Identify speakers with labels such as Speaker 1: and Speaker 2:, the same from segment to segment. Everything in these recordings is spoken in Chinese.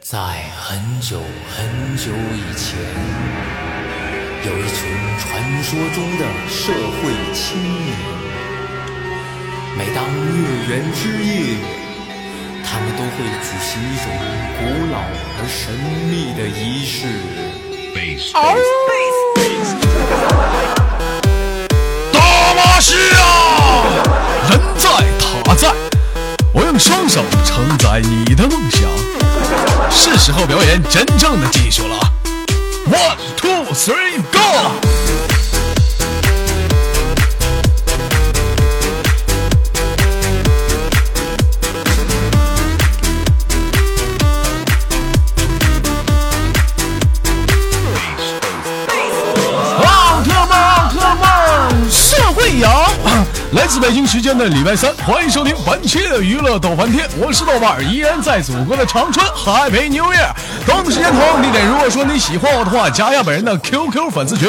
Speaker 1: 在很久很久以前，有一群传说中的社会青年。每当月圆之夜，他们都会举行一种古老而神秘的仪式。
Speaker 2: 大马士啊，人在塔在，我用双手承载你的梦想。是时候表演真正的技术了，One two three go！奥特曼，奥特曼，社会摇。 来自北京时间的礼拜三，欢迎收听本期的娱乐逗翻天，我是豆瓣儿，依然在祖国的长春，Happy New Year！同时间同样地点，如果说你喜欢我的话，加一下本人的 QQ 粉丝群，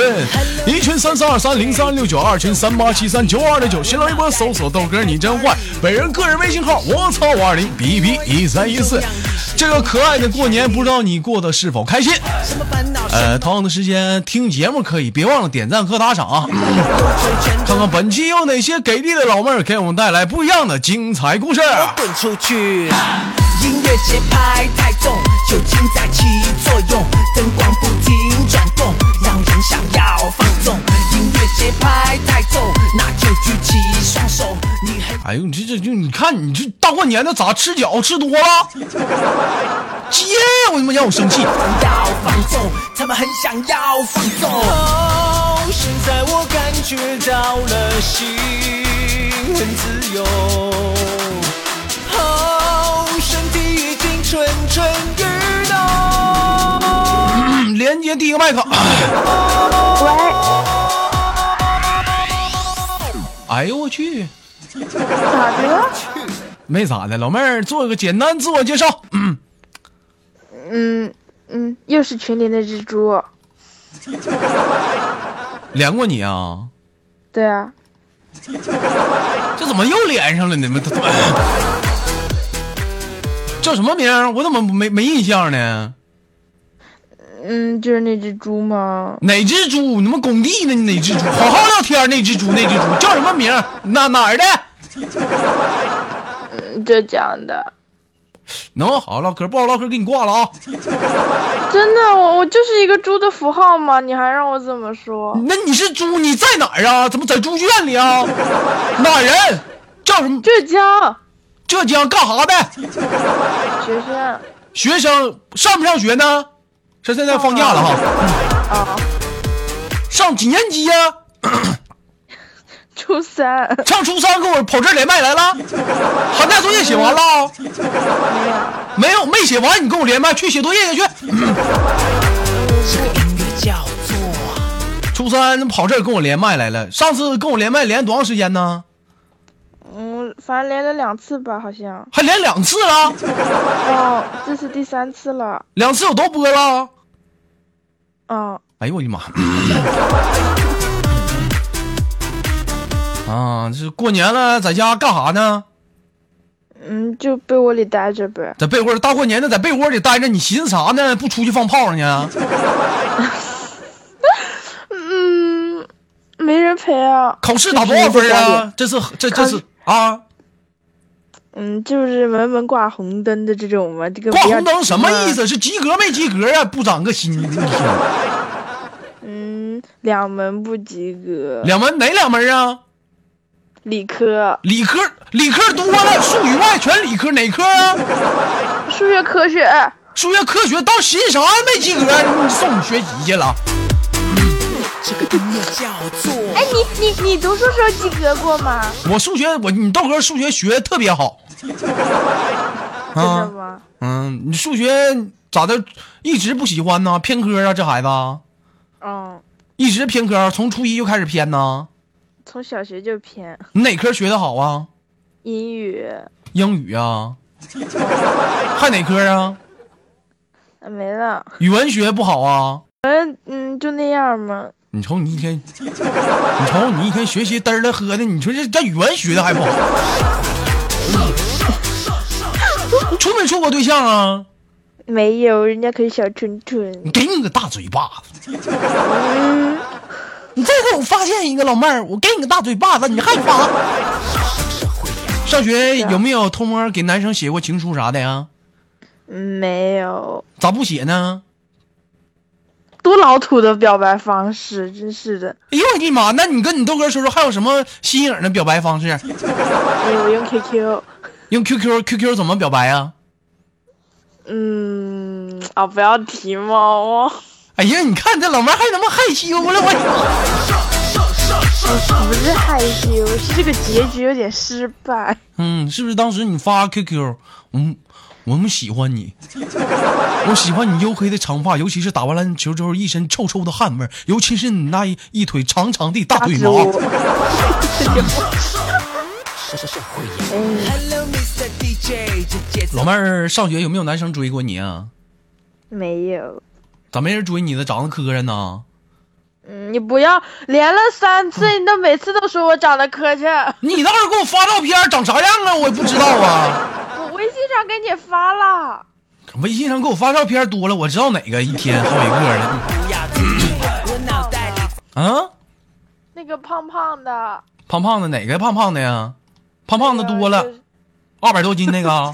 Speaker 2: 一群三三二三零三六九，二群三八七三九二六九，新浪微博搜索豆哥你真坏，本人个人微信号我操五二零 b b 一三一四。这个可爱的过年，不知道你过得是否开心？
Speaker 3: 什么烦恼？
Speaker 2: 呃，同样的时间听节目可以，别忘了点赞和打赏啊！看看本期有哪些给力的老妹儿给我们带来不一样的精彩故事。
Speaker 3: 滚出去！音乐节拍太重，酒精在起作用，灯光不停转动，让人想要放纵。音乐节拍太重，那就举起双手。你很
Speaker 2: 哎呦，你这这就你看你这大过年的咋吃饺子吃多了？接呀！我他妈让我生气。
Speaker 3: 想要放纵，他们很想要放纵。
Speaker 4: 哦，现在我感觉到了心很自由。哦，身体已经蠢蠢欲动。
Speaker 2: 嗯连接第一个麦克。哎呦我去！
Speaker 5: 咋的了？
Speaker 2: 没咋的，老妹儿做个简单自我介绍。嗯
Speaker 5: 嗯嗯，又是群里那只猪。
Speaker 2: 连过你啊？
Speaker 5: 对啊，
Speaker 2: 这怎么又连上了呢？他他妈叫什么名儿？我怎么没没印象呢？
Speaker 5: 嗯，就是那只猪吗？
Speaker 2: 哪只猪？你们工地呢？哪只猪？好好聊天。那只猪，那只猪叫什么名儿？哪哪儿的？
Speaker 5: 嗯浙江的。
Speaker 2: 能好好唠嗑，不好唠嗑给你挂了啊！
Speaker 5: 真的，我我就是一个猪的符号嘛，你还让我怎么说？
Speaker 2: 那你是猪？你在哪儿啊？怎么在猪圈里啊？哪儿人？叫什么？
Speaker 5: 浙江
Speaker 2: 浙江干啥的？
Speaker 5: 学生
Speaker 2: 学生上不上学呢？这现在放假了哈。
Speaker 5: 啊，
Speaker 2: 上几年级呀、
Speaker 5: 初三
Speaker 2: 上初三跟我跑这儿连麦来了，寒假作业写完了？没有，没写完，你跟我连麦去写作业去。
Speaker 3: 这个音乐叫做
Speaker 2: 初三跑这儿跟我连麦来了，上次跟我连麦连多长时间呢？
Speaker 5: 嗯，反正连了两次吧，好像。
Speaker 2: 还连两次了，
Speaker 5: 哦，这是第三次了。
Speaker 2: 两次我都播了。
Speaker 5: 嗯，
Speaker 2: 哎呦我的妈！啊，这过年了，在家干啥呢？
Speaker 5: 嗯，就被窝里待着呗。
Speaker 2: 在被窝里大过年的，在被窝里待着，你寻思啥呢？不出去放炮呢？
Speaker 5: 嗯，没人陪啊。
Speaker 2: 考试打多少分啊？这是这这是啊？
Speaker 5: 嗯，就是门门挂红灯的这种嘛，这个
Speaker 2: 挂
Speaker 5: 不要
Speaker 2: 红灯什么
Speaker 5: 急嘛
Speaker 2: 意？思？是及格没及格啊？不长个心，你说
Speaker 5: 嗯，两门不及格，
Speaker 2: 两门哪两门啊？
Speaker 5: 理科、
Speaker 2: 理科理科多了，数语外全理科，哪科啊？
Speaker 5: 数学、科学，
Speaker 2: 数学、科学到寻啥没及格？啊你送你学习去了？
Speaker 3: 这个音乐叫做
Speaker 5: 哎，你你你读书时候及格过吗？
Speaker 2: 我数学我你豆哥数学学得特别好，
Speaker 5: 真
Speaker 2: 啊
Speaker 5: 的吗？
Speaker 2: 嗯，你数学咋的？一直不喜欢呢？偏科啊？这孩子
Speaker 5: 嗯，
Speaker 2: 一直偏科，从初一就开始偏呢？
Speaker 5: 从小学就偏
Speaker 2: 你哪科学得好啊？
Speaker 5: 英语，
Speaker 2: 英语啊？还哪科啊？
Speaker 5: 呃没了。
Speaker 2: 语文学不好啊？
Speaker 5: 嗯嗯，就那样嘛。
Speaker 2: 你瞅你一天， 你瞅你一天学习嘚儿的喝的，你说这这语文学的还不好？ 处没处过对象啊？
Speaker 5: 没有，人家可是小纯纯。
Speaker 2: 给你个大嘴巴子！ 你再给我发现一个老妹儿，我给你个大嘴巴子，你还发？上学有没有偷摸给男生写过情书啥的呀？
Speaker 5: 嗯没有，
Speaker 2: 咋不写呢？
Speaker 5: 多老土的表白方式，真是的。
Speaker 2: 哎呦我的妈！那你跟你豆哥说说，还有什么新颖的表白方式？
Speaker 5: 没有哎用 QQ，
Speaker 2: 用 QQ QQ 怎么表白啊？
Speaker 5: 嗯啊，不要提猫哦，
Speaker 2: 哎呀，你看这老妹儿还他妈害羞了，我
Speaker 5: 不是害羞，是这个结局有点失败。
Speaker 2: 嗯，是不是当时你发 QQ，嗯，我们喜欢你，我喜欢你黝黑的长发，尤其是打完篮球之后一身臭臭的汗味儿，尤其是你那一一腿长长的大腿
Speaker 5: 大
Speaker 2: 毛。
Speaker 5: 猪
Speaker 2: 老妹儿上学有没有男生追过你啊？
Speaker 5: 没有，
Speaker 2: 咋没人追你呢？长得磕碜呢？
Speaker 5: 嗯，你不要连了三次，你都每次都说我长得磕碜，
Speaker 2: 你倒是给我发照片，长啥样啊？我也不知道啊。
Speaker 5: 我微信上给你发了。
Speaker 2: 微信上给我发照片多了，我知道哪个一天好几个了。啊，
Speaker 5: 那个胖胖的，呃
Speaker 2: 胖胖的哪个胖胖的呀？胖胖的多
Speaker 5: 就
Speaker 2: 了
Speaker 5: 是，
Speaker 2: 二百多斤那个啊。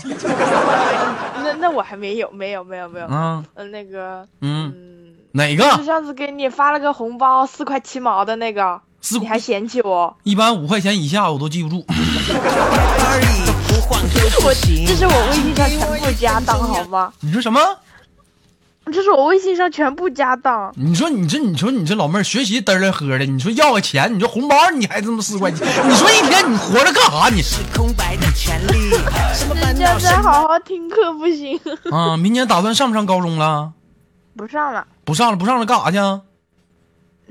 Speaker 5: 那那我还没有，没有，没有，没有。
Speaker 2: 啊
Speaker 5: 呃，那个，
Speaker 2: 嗯，
Speaker 5: 嗯，
Speaker 2: 哪
Speaker 5: 就
Speaker 2: 个？
Speaker 5: 上次给你发了个红包，四块七毛的那个，
Speaker 2: 四
Speaker 5: 你还嫌弃我？
Speaker 2: 一般五块钱以下我都记不住。
Speaker 5: 我这是我微信上全部加档，好吗？
Speaker 2: 你说什么？
Speaker 5: 这是我微信上全部加档，
Speaker 2: 你说你这，你说你这老妹儿学习嘚儿了喝的，你说要个钱，你说红包你还这么四块钱，你说一天你活着干啥你？
Speaker 4: 空白的权利，什么
Speaker 5: 人
Speaker 4: 烦
Speaker 5: 家
Speaker 4: 恼？
Speaker 5: 在好好听课不行，
Speaker 2: 啊，明年打算上不上高中了？
Speaker 5: 不上了，
Speaker 2: 不上了，不上了，干啥去啊？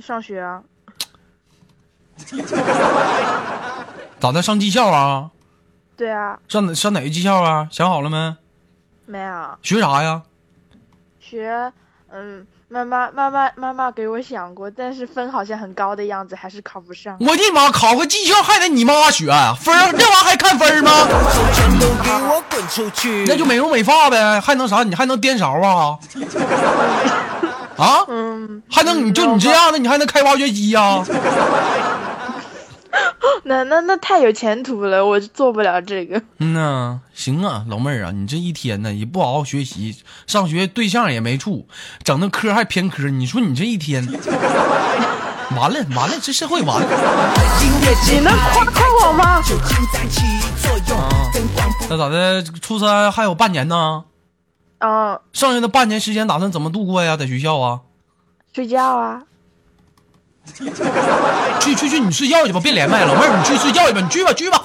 Speaker 5: 上学啊，
Speaker 2: 打算上技校啊？
Speaker 5: 对啊，
Speaker 2: 上哪上哪个技校啊？想好了没？
Speaker 5: 没有
Speaker 2: 学啥呀？
Speaker 5: 学，嗯，妈妈妈妈妈妈给我想过，但是分好像很高的样子，还是考不上。
Speaker 2: 我的妈，考个技校还得你妈选分儿，这玩意儿还看分儿吗？
Speaker 4: 全都给我滚出去！
Speaker 2: 那就美容美发呗，还能啥？你还能颠勺啊？啊？
Speaker 5: 嗯，
Speaker 2: 还能你就你这样的，你还能开挖掘机呀、
Speaker 5: 那那那太有前途了，我做不了这个。
Speaker 2: 嗯呐、行啊，老妹儿啊，你这一天呢也不好好学习，上学对象也没处，整那科还偏科，你说你这一天，完了完了，这社会完了。
Speaker 5: 你 能夸夸我吗？
Speaker 2: 那咋的？初三还有半年呢，
Speaker 5: 嗯，
Speaker 2: 剩下的半年时间打算怎么度过呀？在学校啊？
Speaker 5: 睡觉啊，
Speaker 2: 去去去，你睡觉去吧，别连麦了，老妹儿，你去睡觉去吧，你去吧去吧。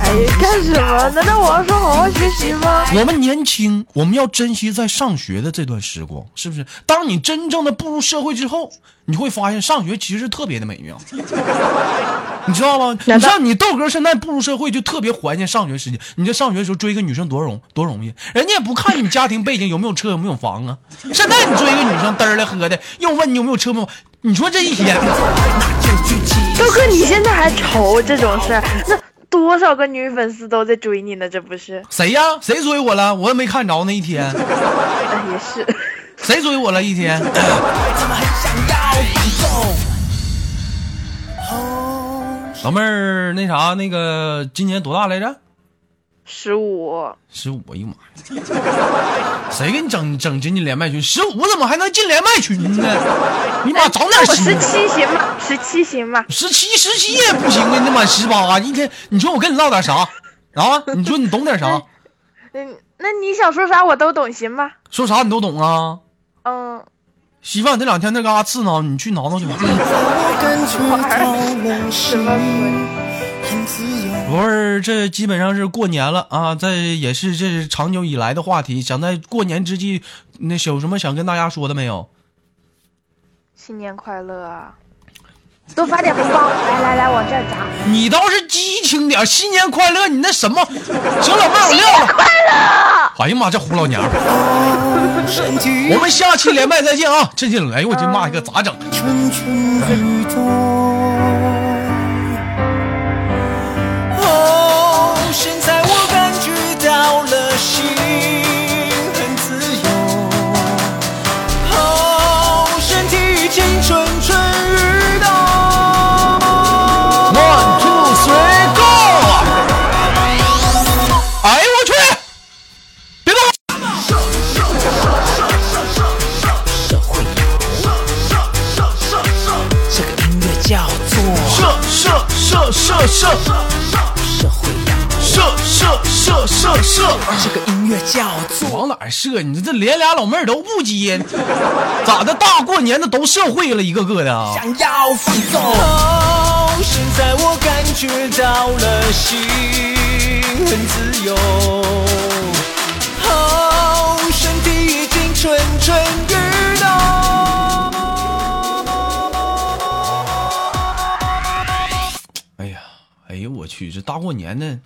Speaker 5: 哎，干什么？难道我要说好好学习吗？
Speaker 2: 我们年轻，我们要珍惜在上学的这段时光，是不是？当你真正的步入社会之后，你会发现上学其实特别的美妙， 你知道吗？你
Speaker 5: 难道
Speaker 2: 像你豆哥现在步入社会就特别怀念上学时间。你这上学的时候追个女生多容多容易，人家也不看你家庭背景有没有车有没有房啊。现在你追个女生嘚儿了喝的，又问你有没有车没有，你说这一天
Speaker 5: 豆哥，你现在还愁这种事儿？那多少个女粉丝都在追你呢，这不是？
Speaker 2: 谁呀、谁追我了？我也没看着那一天，
Speaker 5: 哎，也是。
Speaker 2: 谁追我了一天？老妹儿，那啥，那个今年多大来着？
Speaker 5: 十五，
Speaker 2: 十五，哎呀妈呀！谁给你整整进进连麦群？十五怎么还能进连麦群呢？你妈长点
Speaker 5: 我
Speaker 2: 心
Speaker 5: 十！七行吗？十七行吗？
Speaker 2: 十七，十七也不行啊！你满十八，一天你说我跟你唠点啥啊？你说你懂点啥？
Speaker 5: 嗯，那你想说啥我都懂行吗？
Speaker 2: 说啥你都懂啊？
Speaker 5: 嗯，
Speaker 2: 稀饭这两天那嘎达刺挠，你去挠挠去吧。
Speaker 5: 什么鬼？
Speaker 2: 不是，这基本上是过年了啊，这也是这是长久以来的话题。想在过年之际，那有什么想跟大家说的没有？
Speaker 5: 新年快乐啊！多发点红包，来来来，往这儿砸。
Speaker 2: 你倒是激情点，新年快乐！你那什么，行，老妹儿，我撂了。快乐！哎呀妈，这胡老娘们儿！
Speaker 4: 身体
Speaker 2: 我们下期连麦再见啊！这进来，哎呦我这妈一个咋整？
Speaker 4: 蠢蠢欲动。哦，现在我感觉到了心很自哦
Speaker 2: 射射射射射，
Speaker 3: 这个音乐叫做
Speaker 2: 往哪儿射？哎啊你这连俩老妹儿都不接，咋的？大过年的都社会了，一个个的啊。
Speaker 3: 想要放纵。
Speaker 4: 哦，现在我感觉到了心很自由。哦，身体已经蠢蠢欲动。
Speaker 2: 哎呀，哎呦我去，这大过年的，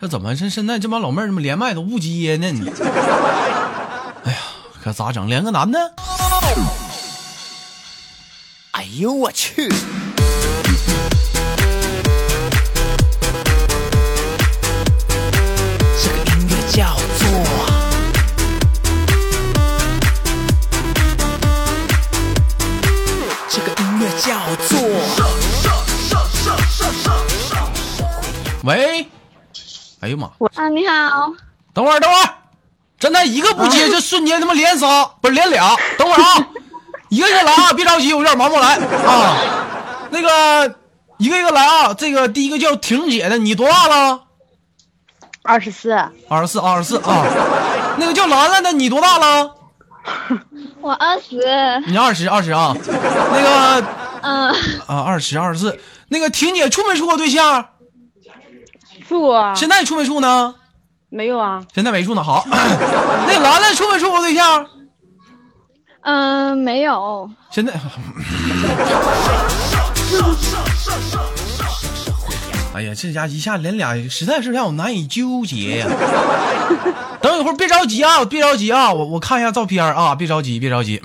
Speaker 2: 这怎么这现在这帮老妹儿怎么连麦都不接呢？你，哎呀，可咋整？连个男的？
Speaker 4: 哎呦我去！
Speaker 3: 这个音乐叫做。这个音乐叫做
Speaker 2: 喂，哎呦妈！
Speaker 6: 啊，你好，
Speaker 2: 等会儿，等会儿，真的一个不接，这瞬间他妈连仨，不是连俩。等会儿啊，一个一个来啊，别着急，我有点忙不过来啊。那个一个一个来啊，这个第一个叫婷姐的，你多大了？
Speaker 6: 二十四，
Speaker 2: 二十四，二十四啊。那个叫兰兰的，你多大了？
Speaker 6: 我二十，
Speaker 2: 你二十，二十啊。那个
Speaker 6: 嗯，
Speaker 2: 啊，二十，二十四。那个婷姐处没处过对象？
Speaker 6: 住啊，
Speaker 2: 现在处没处呢？
Speaker 6: 没有啊，
Speaker 2: 现在没处呢。好， 那兰兰处没处过对象？
Speaker 6: 嗯、没有，
Speaker 2: 现在， 哎呀，这家一下连俩，实在是让我难以纠结呀、等一会儿，别着急啊，别着急啊，我我看一下照片啊，别着急，别着急。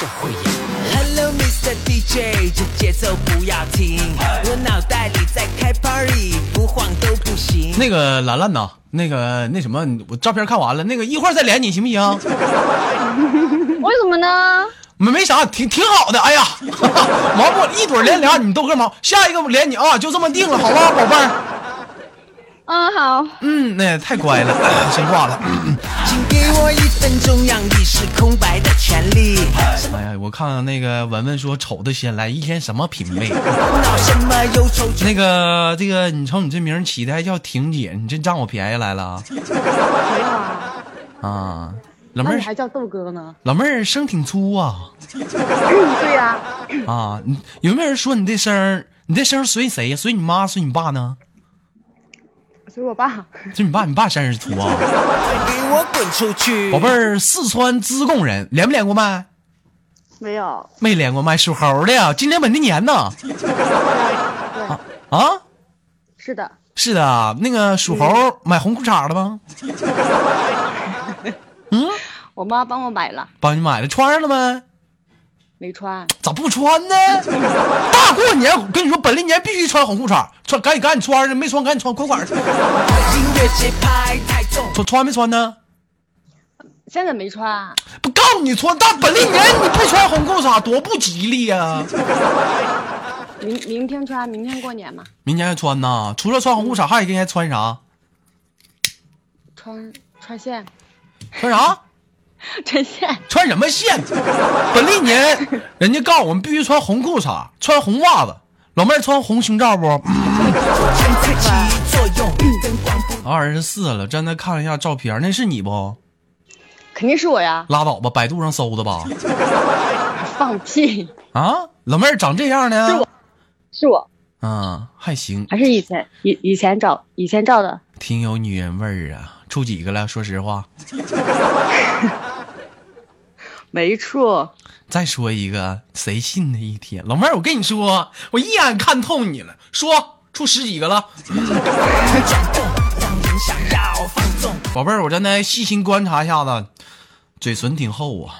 Speaker 3: Hello Mr. DJ，这节奏不要停，我脑袋里在开 party，不晃都不行。
Speaker 2: 那个兰兰呐，那个那什么，我照片看完了，那个一会儿再连你行不行？
Speaker 6: 为什么呢？
Speaker 2: 没没啥，挺挺好的。哎呀， 忙不一会儿连俩，你都个忙，下一个我连你啊，就这么定了，好吧，宝贝儿。
Speaker 6: 嗯，好，
Speaker 2: 嗯，那、也太乖了，先挂了。
Speaker 3: 请给我一分钟，让意识空白的权利。
Speaker 2: 哎呀，我看那个文文说丑的先来，一天什么品味？
Speaker 3: 闹什么忧愁？
Speaker 2: 那个这个，你瞅你这名儿起的还叫婷姐，你这占我便宜来了
Speaker 7: 没有啊，
Speaker 2: 啊？老妹
Speaker 7: 那
Speaker 2: 儿
Speaker 7: 你，还叫豆哥呢？哎
Speaker 2: 老妹儿声挺粗啊
Speaker 7: 对呀、
Speaker 2: 啊！你有没有人说你这声儿，你这声儿随谁呀？随你妈，随你爸呢？
Speaker 7: 所以我爸
Speaker 2: 就你爸，你爸声儿粗啊！
Speaker 3: 给我滚出去！
Speaker 2: 宝贝儿，四川资贡人，连没连过麦？
Speaker 7: 没有，
Speaker 2: 没连过麦，属猴的呀，今年本命 年呢。啊，
Speaker 7: 是的，嗯
Speaker 2: 是的啊，那个属猴买红裤衩了吗？
Speaker 7: 我妈帮我买了，
Speaker 2: 帮你买了，穿上了没？
Speaker 7: 没穿。
Speaker 2: 咋不穿呢？大过年，我跟你说，本历年必须穿红裤衩，穿赶紧赶紧穿上，没穿赶紧穿，快快穿
Speaker 3: 音乐节拍太重，
Speaker 2: 穿没穿呢？
Speaker 7: 现在没穿，啊
Speaker 2: 不告诉你穿，但本历年你不穿红裤衩多不吉利呀、
Speaker 7: 明明天穿，明天过年嘛，
Speaker 2: 明年还穿呢？除了穿红裤衩，还有一个还穿啥？
Speaker 7: 穿穿线，
Speaker 2: 穿啥？
Speaker 7: 穿线，
Speaker 2: 穿什么线？本历年人家告诉我们必须穿红裤衩，穿红袜子。老妹儿穿红胸罩不？
Speaker 7: 嗯
Speaker 3: 正在起作用，灯光不
Speaker 2: 二十四了，真的看了一下照片，那是你不？
Speaker 7: 肯定是我呀！
Speaker 2: 拉倒吧，百度上搜的吧？
Speaker 7: 放屁，
Speaker 2: 啊，老妹儿长这样呢？
Speaker 7: 是我是我，
Speaker 2: 啊，还行，
Speaker 7: 还是以前以以前照以前照的，
Speaker 2: 挺有女人味儿啊。处几个了？说实话，
Speaker 7: 没处。
Speaker 2: 再说一个，谁信那一天？老妹儿，我跟你说，我一眼看透你了。说处十几个了，
Speaker 3: 转动，让人想要放纵。
Speaker 2: 宝贝儿，我真的细心观察一下子，嘴唇挺厚啊，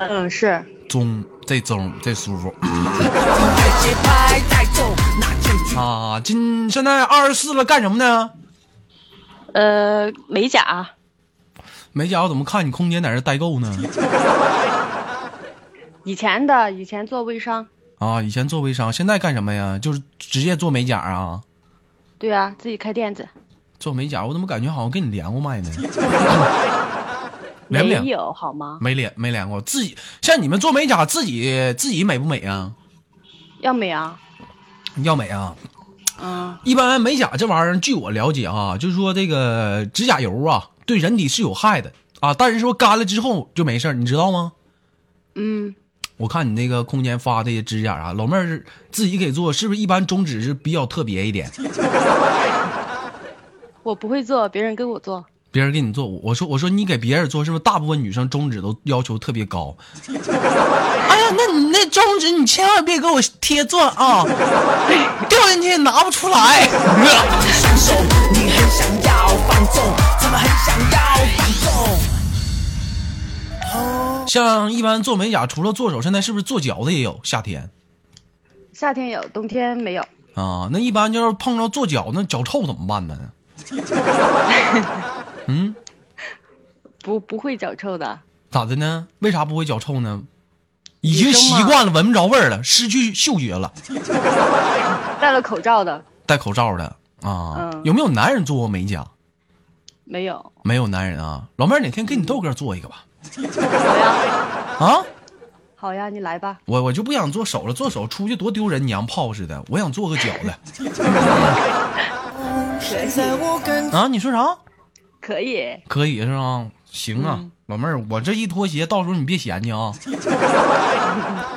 Speaker 7: 嗯，是
Speaker 2: 中这中这舒服
Speaker 3: 音乐节拍太重，那就
Speaker 2: 啊。今现在二十四了，干什么呢？
Speaker 7: 呃美甲，
Speaker 2: 没家伙，怎么看你空间在这代购呢？
Speaker 7: 以前的以前做微商，
Speaker 2: 啊，以前做微商，现在干什么呀？就是直接做美甲啊。
Speaker 7: 对啊，自己开店子，
Speaker 2: 做美甲，我怎么感觉好像跟你连过麦呢？连不
Speaker 6: 没
Speaker 2: 连？
Speaker 6: 有好吗？
Speaker 2: 没连没连过，自己像你们做美甲，自己自己美不美啊？
Speaker 6: 要美啊，
Speaker 2: 要美啊！
Speaker 6: 嗯，
Speaker 2: 一般美甲这玩意儿，据我了解啊，就是说这个指甲油啊，对人体是有害的啊。但是说干了之后就没事儿，你知道吗？
Speaker 6: 嗯，
Speaker 2: 我看你那个空间发的指甲啊，老妹儿自己给做，是不是一般中指是比较特别一点？
Speaker 6: 我不会做，别人给我做。
Speaker 2: 别人给你做，我我说我说你给别人做，是不是大部分女生中指都要求特别高？ 哎呀，那你那中指你千万别给我贴钻啊，掉进去也拿不出来。
Speaker 3: 享受，你很想要放纵，怎么很想要放纵？
Speaker 2: 像一般做美甲，除了做手，现在是不是做脚的也有？夏天
Speaker 7: 夏天有，冬天没有。
Speaker 2: 啊，那一般就是碰着做脚，那脚臭怎么办呢？
Speaker 6: 不不会脚臭的，
Speaker 2: 咋的呢？为啥不会脚臭呢？已经
Speaker 6: 女生啊
Speaker 2: 习
Speaker 6: 嘛
Speaker 2: 惯了，闻不着味儿了，失去嗅觉了，
Speaker 6: 戴了口罩的
Speaker 2: 戴口罩的啊。
Speaker 6: 嗯
Speaker 2: 有没有男人做过美甲？
Speaker 6: 没有。
Speaker 2: 没有男人啊，老妹儿哪天给你豆哥做一个吧？
Speaker 6: 好呀，
Speaker 2: 啊，
Speaker 6: 好呀，你来吧。
Speaker 2: 我我就不想做手了，做手出去多丢人，娘炮似的。我想做个脚 的
Speaker 4: 现在我感
Speaker 2: 啊！你说啥？
Speaker 6: 可以，
Speaker 2: 可以是吧？行啊，老妹儿，我这一脱鞋，到时候你别嫌弃啊。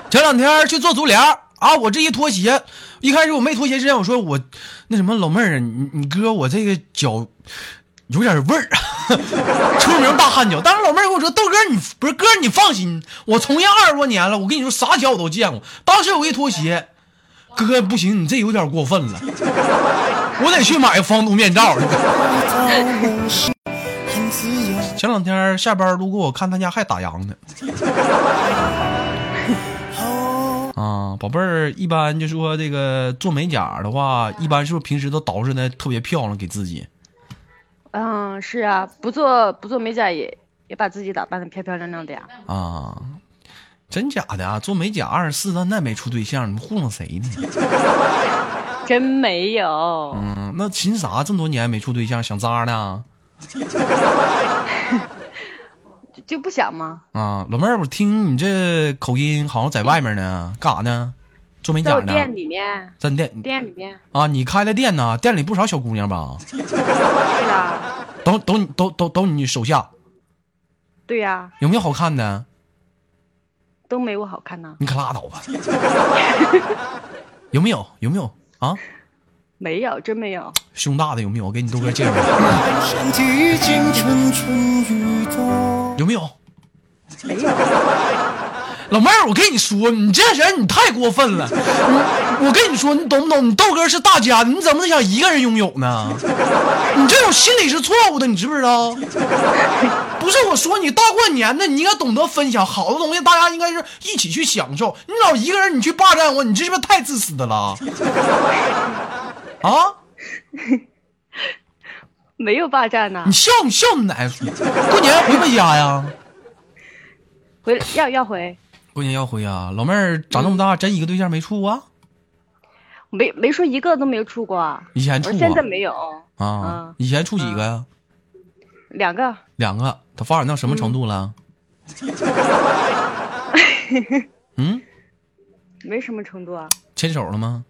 Speaker 2: 前两天去做足疗啊，我这一脱鞋，一开始我没脱鞋之前，我说我那什么老妹儿啊，你你哥我这个脚有点味儿，啊 出名大汗脚。当时老妹儿跟我说，豆哥你不是哥你放心，我从业二十多年了，我跟你说啥脚我都见过。当时我一脱鞋，哥不行，你这有点过分了，我得去买个防毒面罩。前两天下班路过，我看他家还打烊呢。啊，宝贝儿，一般就说这个做美甲的话，一般是不是平时都捯饬的特别漂亮给自己？
Speaker 6: 嗯，是啊，不做不做美甲也也把自己打扮的漂漂亮亮的呀。
Speaker 2: 啊，真假的啊？做美甲二十四，那那没处对象，你们糊弄谁呢？
Speaker 6: 真没有，
Speaker 2: 嗯，那寻啥这么多年没处对象，想渣呢？
Speaker 6: 就就不想吗？
Speaker 2: 啊，老妹儿，我听你这口音好像在外面呢，干啥呢？做美
Speaker 6: 在
Speaker 2: 甲
Speaker 6: 我
Speaker 2: 呢？
Speaker 6: 店里面，
Speaker 2: 在你店
Speaker 6: 店里面
Speaker 2: 啊？你开了店呢？店里不少小姑娘吧？
Speaker 6: 对呀，
Speaker 2: 都都你都都都你手下
Speaker 6: 对呀，
Speaker 2: 有没有好看的？
Speaker 6: 都没我好看呢。
Speaker 2: 你可拉倒吧！ 有没有？有没有啊？
Speaker 6: 没有，真没有。
Speaker 2: 胸大的有没有？我给你豆哥介绍一下，
Speaker 4: 身体已经蠢蠢欲动。
Speaker 2: 有没有？
Speaker 6: 没有，
Speaker 2: 老妹儿，我跟你说，你这人你太过分了！你我跟你说，你懂不懂？你豆哥是大家，你怎么能想一个人拥有呢？你这种心理是错误的，你知不知道？不是我说你，大过年的你应该懂得分享，好的东西大家应该是一起去享受。你老一个人你去霸占我，你这是不是太自私的了？啊！
Speaker 6: 没有霸占呢
Speaker 2: 你。笑你笑你奶奶！过年回没家呀？
Speaker 6: 回要要回，
Speaker 2: 过年要回啊！老妹儿长这么大，真一个对象没处啊？
Speaker 6: 没没说一个都没有处过啊。
Speaker 2: 以前处
Speaker 6: 我
Speaker 2: 啊？
Speaker 6: 现在没有
Speaker 2: 啊
Speaker 6: 嗯？
Speaker 2: 以前处几个呀？
Speaker 6: 两个，
Speaker 2: 两个。他发展到什么程度了？嗯，
Speaker 6: 没什么程度啊，
Speaker 2: 牵手了吗？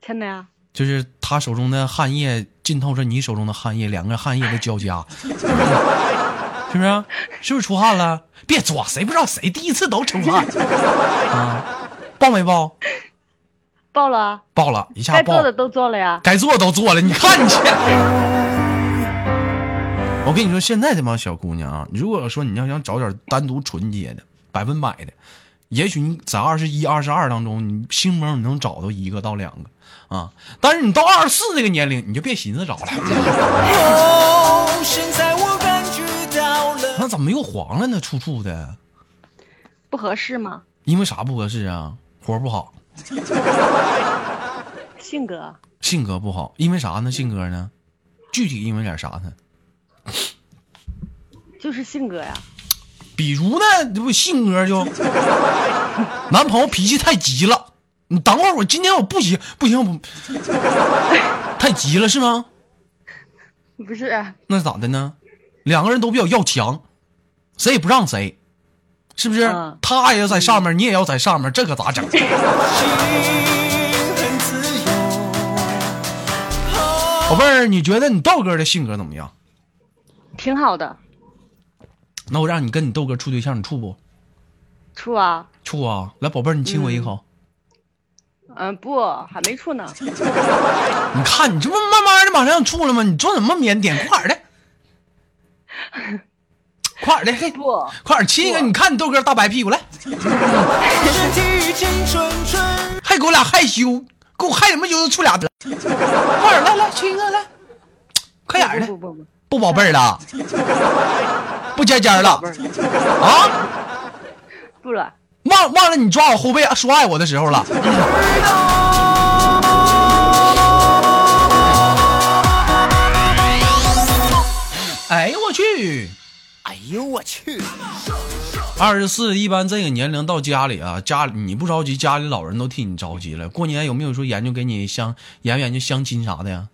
Speaker 6: 真的呀。
Speaker 2: 就是他手中的汗液浸透着你手中的汗液，两个汗液的交加， 是不是？是不是出汗了？别装，谁不知道谁第一次都出汗啊？爆没爆？
Speaker 6: 报了啊，
Speaker 2: 爆了一下
Speaker 6: 该
Speaker 2: 爆
Speaker 6: 做的都做了呀。
Speaker 2: 该做都做了，你看你去。 我跟你说，现在这帮小姑娘啊，如果说你要想找点单独纯洁的、百分百的，也许你在二十一、二十二当中，你心目中你能找到一个到两个啊。但是你到二十四这个年龄，你就别寻思找了。
Speaker 4: 哦，现在我感觉到了。
Speaker 2: 那怎么又黄了呢？处处的，
Speaker 6: 不合适吗？
Speaker 2: 因为啥不合适啊？活不好，
Speaker 6: 性格
Speaker 2: 性格不好，因为啥呢？性格呢？具体因为点啥呢？
Speaker 6: 就是性格呀。
Speaker 2: 比如呢，这不性格就，男朋友脾气太急了。你等会儿，我今天我不急，不行，我太急了是吗？
Speaker 6: 不是，
Speaker 2: 那咋的呢？两个人都比较要强，谁也不让谁，是不是？
Speaker 6: 嗯
Speaker 2: 他也要在上面，你也要在上面，这可咋整？
Speaker 4: 心很自由。
Speaker 2: 宝贝儿，你觉得你豆哥的性格怎么样？
Speaker 6: 挺好的，
Speaker 2: 那我让你跟你豆哥处对象，你处不
Speaker 6: 处啊，
Speaker 2: 处啊？来，宝贝儿，你亲我一口。
Speaker 6: 嗯，不，还没处呢，
Speaker 2: 你看，你这不慢慢的马上要处了吗？你装什么腼腆？快点儿的，快点儿的，
Speaker 6: 不，
Speaker 2: 快点儿亲一个！你看你豆哥大白屁股，来，
Speaker 4: 身体真蠢蠢，
Speaker 2: 还给我俩害羞，给我害什么羞？处俩得，快点儿来来亲一个来，快点儿的，
Speaker 6: 不不不，
Speaker 2: 不宝贝儿了，不尖尖儿了，啊，
Speaker 6: 不了，
Speaker 2: 忘忘了你抓我后背说爱我的时候了。哎呦我去！
Speaker 4: 哎呦我去！
Speaker 2: 二十四一般这个年龄到家里啊，家里你不着急，家里老人都替你着急了。过年有没有说研究给你相研究研究相亲啥的呀？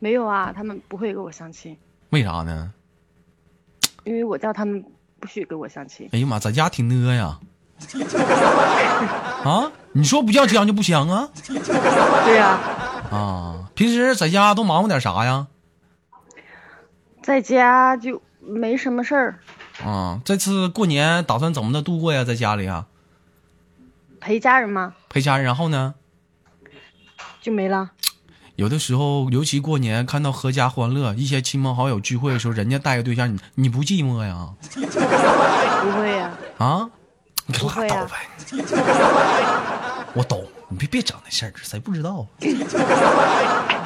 Speaker 6: 没有啊，他们不会跟我相亲，
Speaker 2: 为啥呢？
Speaker 6: 因为我叫他们不许跟我相亲，
Speaker 2: 哎呀妈，在家挺 呢呀！啊，你说不叫香就不香啊？
Speaker 6: 对呀，
Speaker 2: 啊，平时在家都忙活点啥呀？
Speaker 6: 在家就没什么事儿，
Speaker 2: 啊，这次过年打算怎么的度过呀？在家里啊，
Speaker 6: 陪家人嘛，
Speaker 2: 陪家人。然后呢，
Speaker 6: 就没了，
Speaker 2: 有的时候，尤其过年看到阖家欢乐，一些亲朋好友聚会的时候，人家带个对象，你你不寂寞呀？
Speaker 6: 不会呀、
Speaker 2: 啊，你可
Speaker 6: 不会
Speaker 2: 拉
Speaker 6: 啊
Speaker 2: 倒呗。 我懂，你别别整那事儿，谁不知道啊？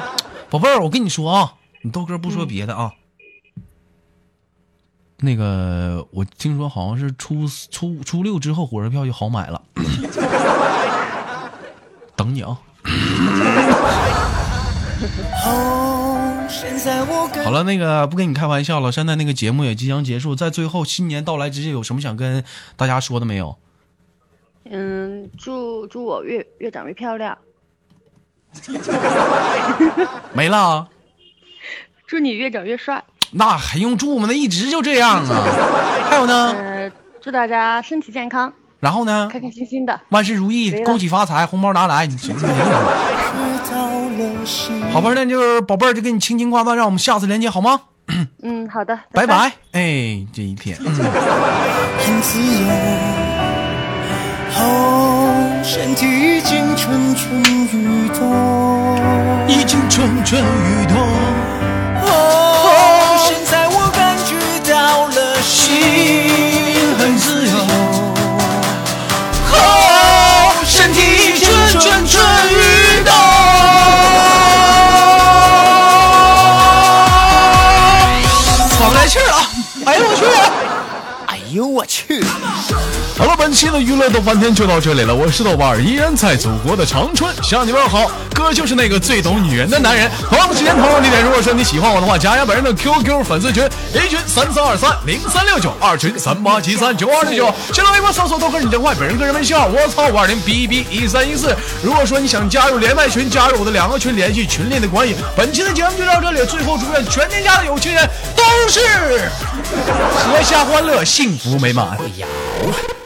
Speaker 2: 宝贝儿，我跟你说啊，你豆哥不
Speaker 6: 嗯
Speaker 2: 说别的啊。那个，我听说好像是初四初初六之后火车票就好买了， 等你啊。
Speaker 4: 现在我感
Speaker 2: 好了，那个不跟你开玩笑了，现在那个节目也即将结束，在最后新年到来之际，有什么想跟大家说的没有？
Speaker 6: 嗯，祝祝我越越长越漂亮，
Speaker 2: 没了啊，
Speaker 6: 祝你越长越帅，
Speaker 2: 那还用祝吗？那一直就这样啊。还有呢，
Speaker 6: 呃，祝大家身体健康，
Speaker 2: 然后呢，
Speaker 6: 开开心心的，
Speaker 2: 万事如意，
Speaker 6: 没了
Speaker 2: 恭喜发财，红包拿来。你行不行？好吧，那就是宝贝儿，就给你轻轻挂断，让我们下次连接好吗？
Speaker 6: 嗯，好的，
Speaker 2: 拜拜。哎，这一天，嗯
Speaker 4: 很自由。哦，身体已经蠢蠢欲动。
Speaker 2: 已经蠢蠢欲动。
Speaker 4: 哦，现在我感觉到了心很自由。哦，身体已经蠢蠢欲动。
Speaker 2: 喘不来气儿了。哎呦我去！
Speaker 4: 哎呦我去！
Speaker 2: 好了，本期的娱乐逗翻天就到这里了。我是豆瓣儿，依然在祖国的长春向你问好。哥就是那个最懂女人的男人。同样的时间，同样的地点，如果说你喜欢我的话，加一下本人的 QQ 粉丝群，一群三三二三零三六九，二群三八七三九二六九。新浪微博搜索豆哥你真坏，本人个人微信号我操五二零 b b 一三一四。如果说你想加入连麦群，加入我的两个群，联系群里的管理。本期的节目就到这里，最后祝愿全天下的有 情人都是阖家欢乐，幸福美满。
Speaker 1: 会摇啊，